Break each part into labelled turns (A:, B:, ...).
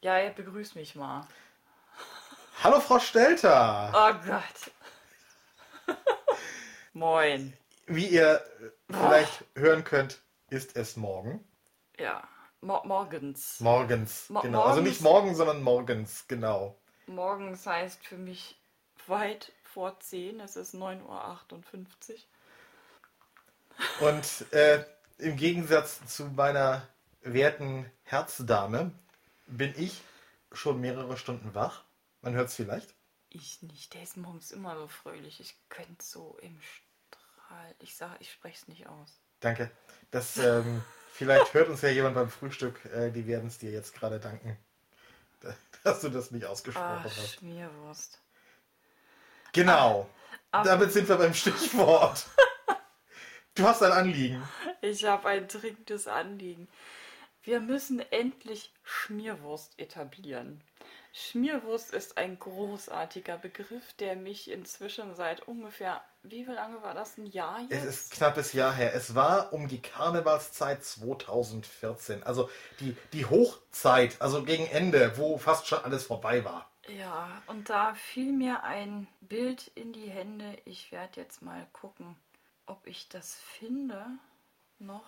A: Ja, ja, begrüß mich mal.
B: Hallo Frau Stelter!
A: Oh Gott. Moin.
B: Wie ihr äh, vielleicht hören könnt, ist es morgen.
A: Ja. Mo morgens.
B: Morgens,
A: Mo-
B: genau. Also
A: morgens-
B: nicht morgen, sondern morgens, genau.
A: Morgens heißt für mich weit vor 10. Es ist 9.58 Uhr.
B: Und äh, im Gegensatz zu meiner werten Herzdame bin ich schon mehrere Stunden wach. Man hört es vielleicht.
A: Ich nicht. Der ist morgens immer so fröhlich. Ich könnte so im Strahl. Ich sage, ich spreche es nicht aus.
B: Danke. Das, ähm, vielleicht hört uns ja jemand beim Frühstück. Äh, die werden es dir jetzt gerade danken, da- dass du das nicht ausgesprochen
A: Ach,
B: hast.
A: Schmierwurst.
B: Genau.
A: Ah. aber-
B: Damit sind wir beim Stichwort. Du hast ein Anliegen.
A: Ich habe ein dringendes Anliegen. Wir müssen endlich Schmierwurst etablieren. Schmierwurst ist ein großartiger Begriff, der mich inzwischen seit ungefähr, wie viel lange war das? Ein Jahr
B: Es
A: jetzt?
B: ist knappes Jahr her. Es war um die Karnevalszeit 2014. Also die, die Hochzeit, also gegen Ende, wo fast schon alles vorbei war.
A: Ja, und da fiel mir ein Bild in die Hände. Ich werde jetzt mal gucken, ob ich das finde. Noch?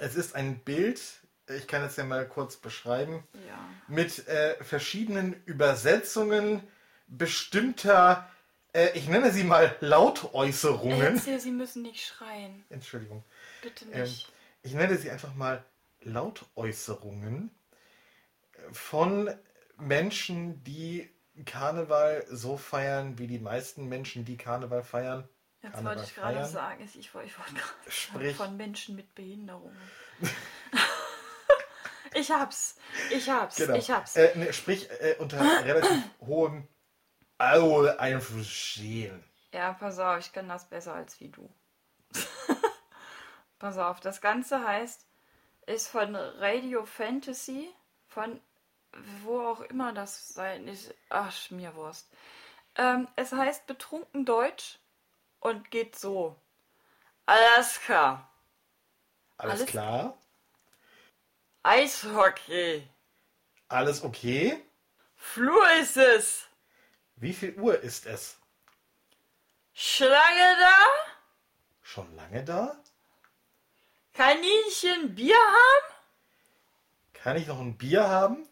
B: Es ist ein Bild, ich kann es ja mal kurz beschreiben,
A: Ja.
B: mit äh, verschiedenen Übersetzungen bestimmter, äh, ich nenne sie mal Lautäußerungen.
A: Erzähl, Sie müssen nicht schreien.
B: Entschuldigung.
A: Bitte
B: Ähm,
A: nicht.
B: ich nenne sie einfach mal Lautäußerungen von Menschen, die Karneval so feiern, wie die meisten Menschen, die Karneval feiern.
A: Jetzt
B: Karneval
A: wollte ich gerade
B: feiern.
A: sagen, ich, ich wollte gerade sagen,
B: Sprich-
A: von Menschen mit Behinderungen. ich hab's, ich hab's,
B: Genau.
A: ich hab's.
B: Äh, ne, sprich, äh, unter relativ hohem Alkoholeinfluss stehen.
A: Ja, pass auf, ich kann das besser als wie du. pass auf, das Ganze heißt, ist von Radio Fantasy, von wo auch immer das sein ist. Ach, Schmierwurst. Ähm, es heißt betrunken Deutsch und geht so. Alaska,
B: Alles,
A: Alles-
B: klar?
A: Eishockey,
B: Alles okay?
A: Flur ist es.
B: Wie viel Uhr ist es?
A: Schlange da?
B: Schon lange da?
A: Kaninchen Bier haben?
B: Kann ich noch ein Bier haben?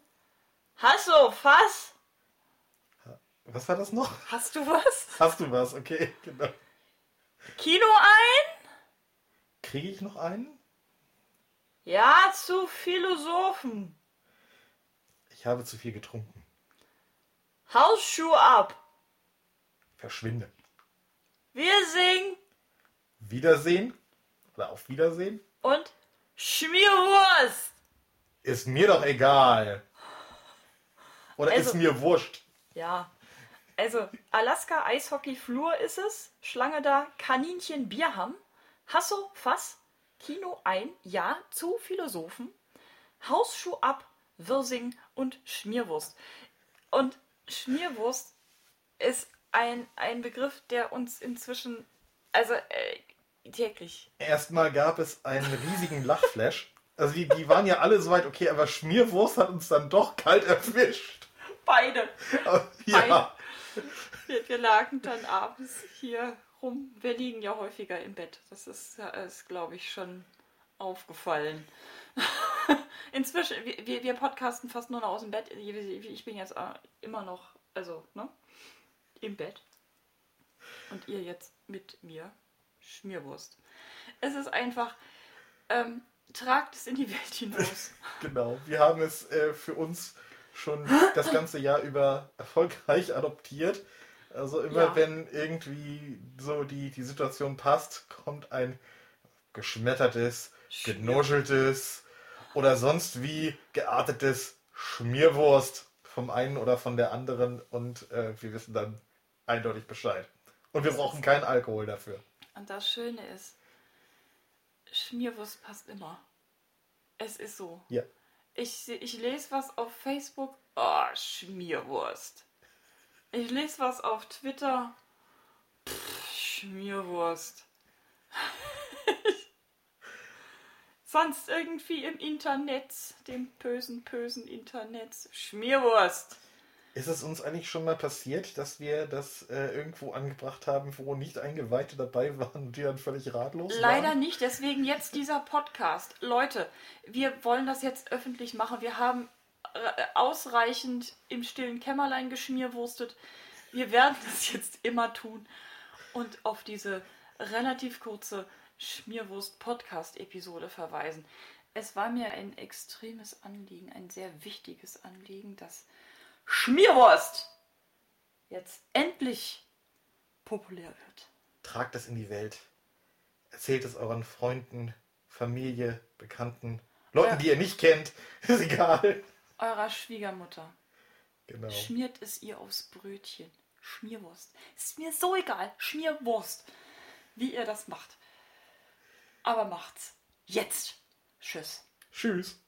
A: Hasso, Fass?
B: Was war das noch?
A: Hast du was?
B: Hast du was? Okay, genau.
A: Kino ein?
B: Kriege ich noch einen?
A: Ja, zu Philosophen.
B: Ich habe zu viel getrunken.
A: Hausschuh ab.
B: Verschwinde.
A: Wir singen
B: Wiedersehen oder auf Wiedersehen
A: und Schmierwurst.
B: ist mir doch egal. Oder
A: Also-
B: ist mir wurscht.
A: Ja. Also, Alaska Eishockey Flur ist es. Schlange da, Kaninchen Bier haben. Hasso, Fass. Kino ein. Ja, zu Philosophen. Hausschuh ab, Wirsing und Schmierwurst. Und Schmierwurst ist ein, ein Begriff, der uns inzwischen, also äh, täglich.
B: Erstmal gab es einen riesigen Lachflash. Also die, die waren ja alle soweit okay, aber Schmierwurst hat uns dann doch kalt erwischt.
A: Beide.
B: Ja,
A: Wir, wir lagen dann abends hier rum. Wir liegen ja häufiger im Bett. Das ist, äh, ist glaube ich, schon aufgefallen. Inzwischen, wir, wir- wir podcasten fast nur noch aus dem Bett. Ich bin jetzt äh, immer noch, also, ne? Im Bett. Und ihr jetzt mit mir. Schmierwurst. Es ist einfach, ähm, tragt es in die Welt hinaus.
B: genau. Wir haben es äh, für uns schon das ganze Jahr über erfolgreich adoptiert. Also immer
A: Ja.
B: wenn irgendwie so die, die Situation passt, kommt ein geschmettertes,
A: Schmier-
B: genuscheltes oder sonst wie geartetes Schmierwurst vom einen oder von der anderen und äh, wir wissen dann eindeutig Bescheid. Und wir brauchen keinen Alkohol dafür.
A: Und das Schöne ist, Schmierwurst passt immer. Es ist so.
B: Ja.
A: Ich, seh- ich lese was auf Facebook. Oh, Schmierwurst. Ich lese was auf Twitter. Pff, Schmierwurst. Sonst irgendwie im Internet, dem bösen, bösen Internet. Schmierwurst.
B: Ist es uns eigentlich schon mal passiert, dass wir das äh, irgendwo angebracht haben, wo nicht Eingeweihte dabei waren und die dann völlig ratlos
A: Leider
B: waren?
A: nicht, deswegen jetzt dieser Podcast. Leute, wir wollen das jetzt öffentlich machen. Wir haben äh, ausreichend im stillen Kämmerlein geschmierwurstet. Wir werden das jetzt immer tun. Und auf diese relativ kurze Schmierwurst-Podcast-Episode verweisen. Es war mir ein extremes Anliegen, ein sehr wichtiges Anliegen, dass Schmierwurst jetzt endlich populär wird.
B: Tragt das in die Welt. Erzählt es euren Freunden, Familie, Bekannten, Leuten,
A: Ja.
B: die ihr nicht kennt. Ist egal.
A: Eurer Schwiegermutter.
B: Genau.
A: Schmiert es ihr aufs Brötchen. Schmierwurst. Ist mir so egal. Schmierwurst. Wie ihr das macht. Aber macht's. Jetzt. Tschüss.
B: Tschüss.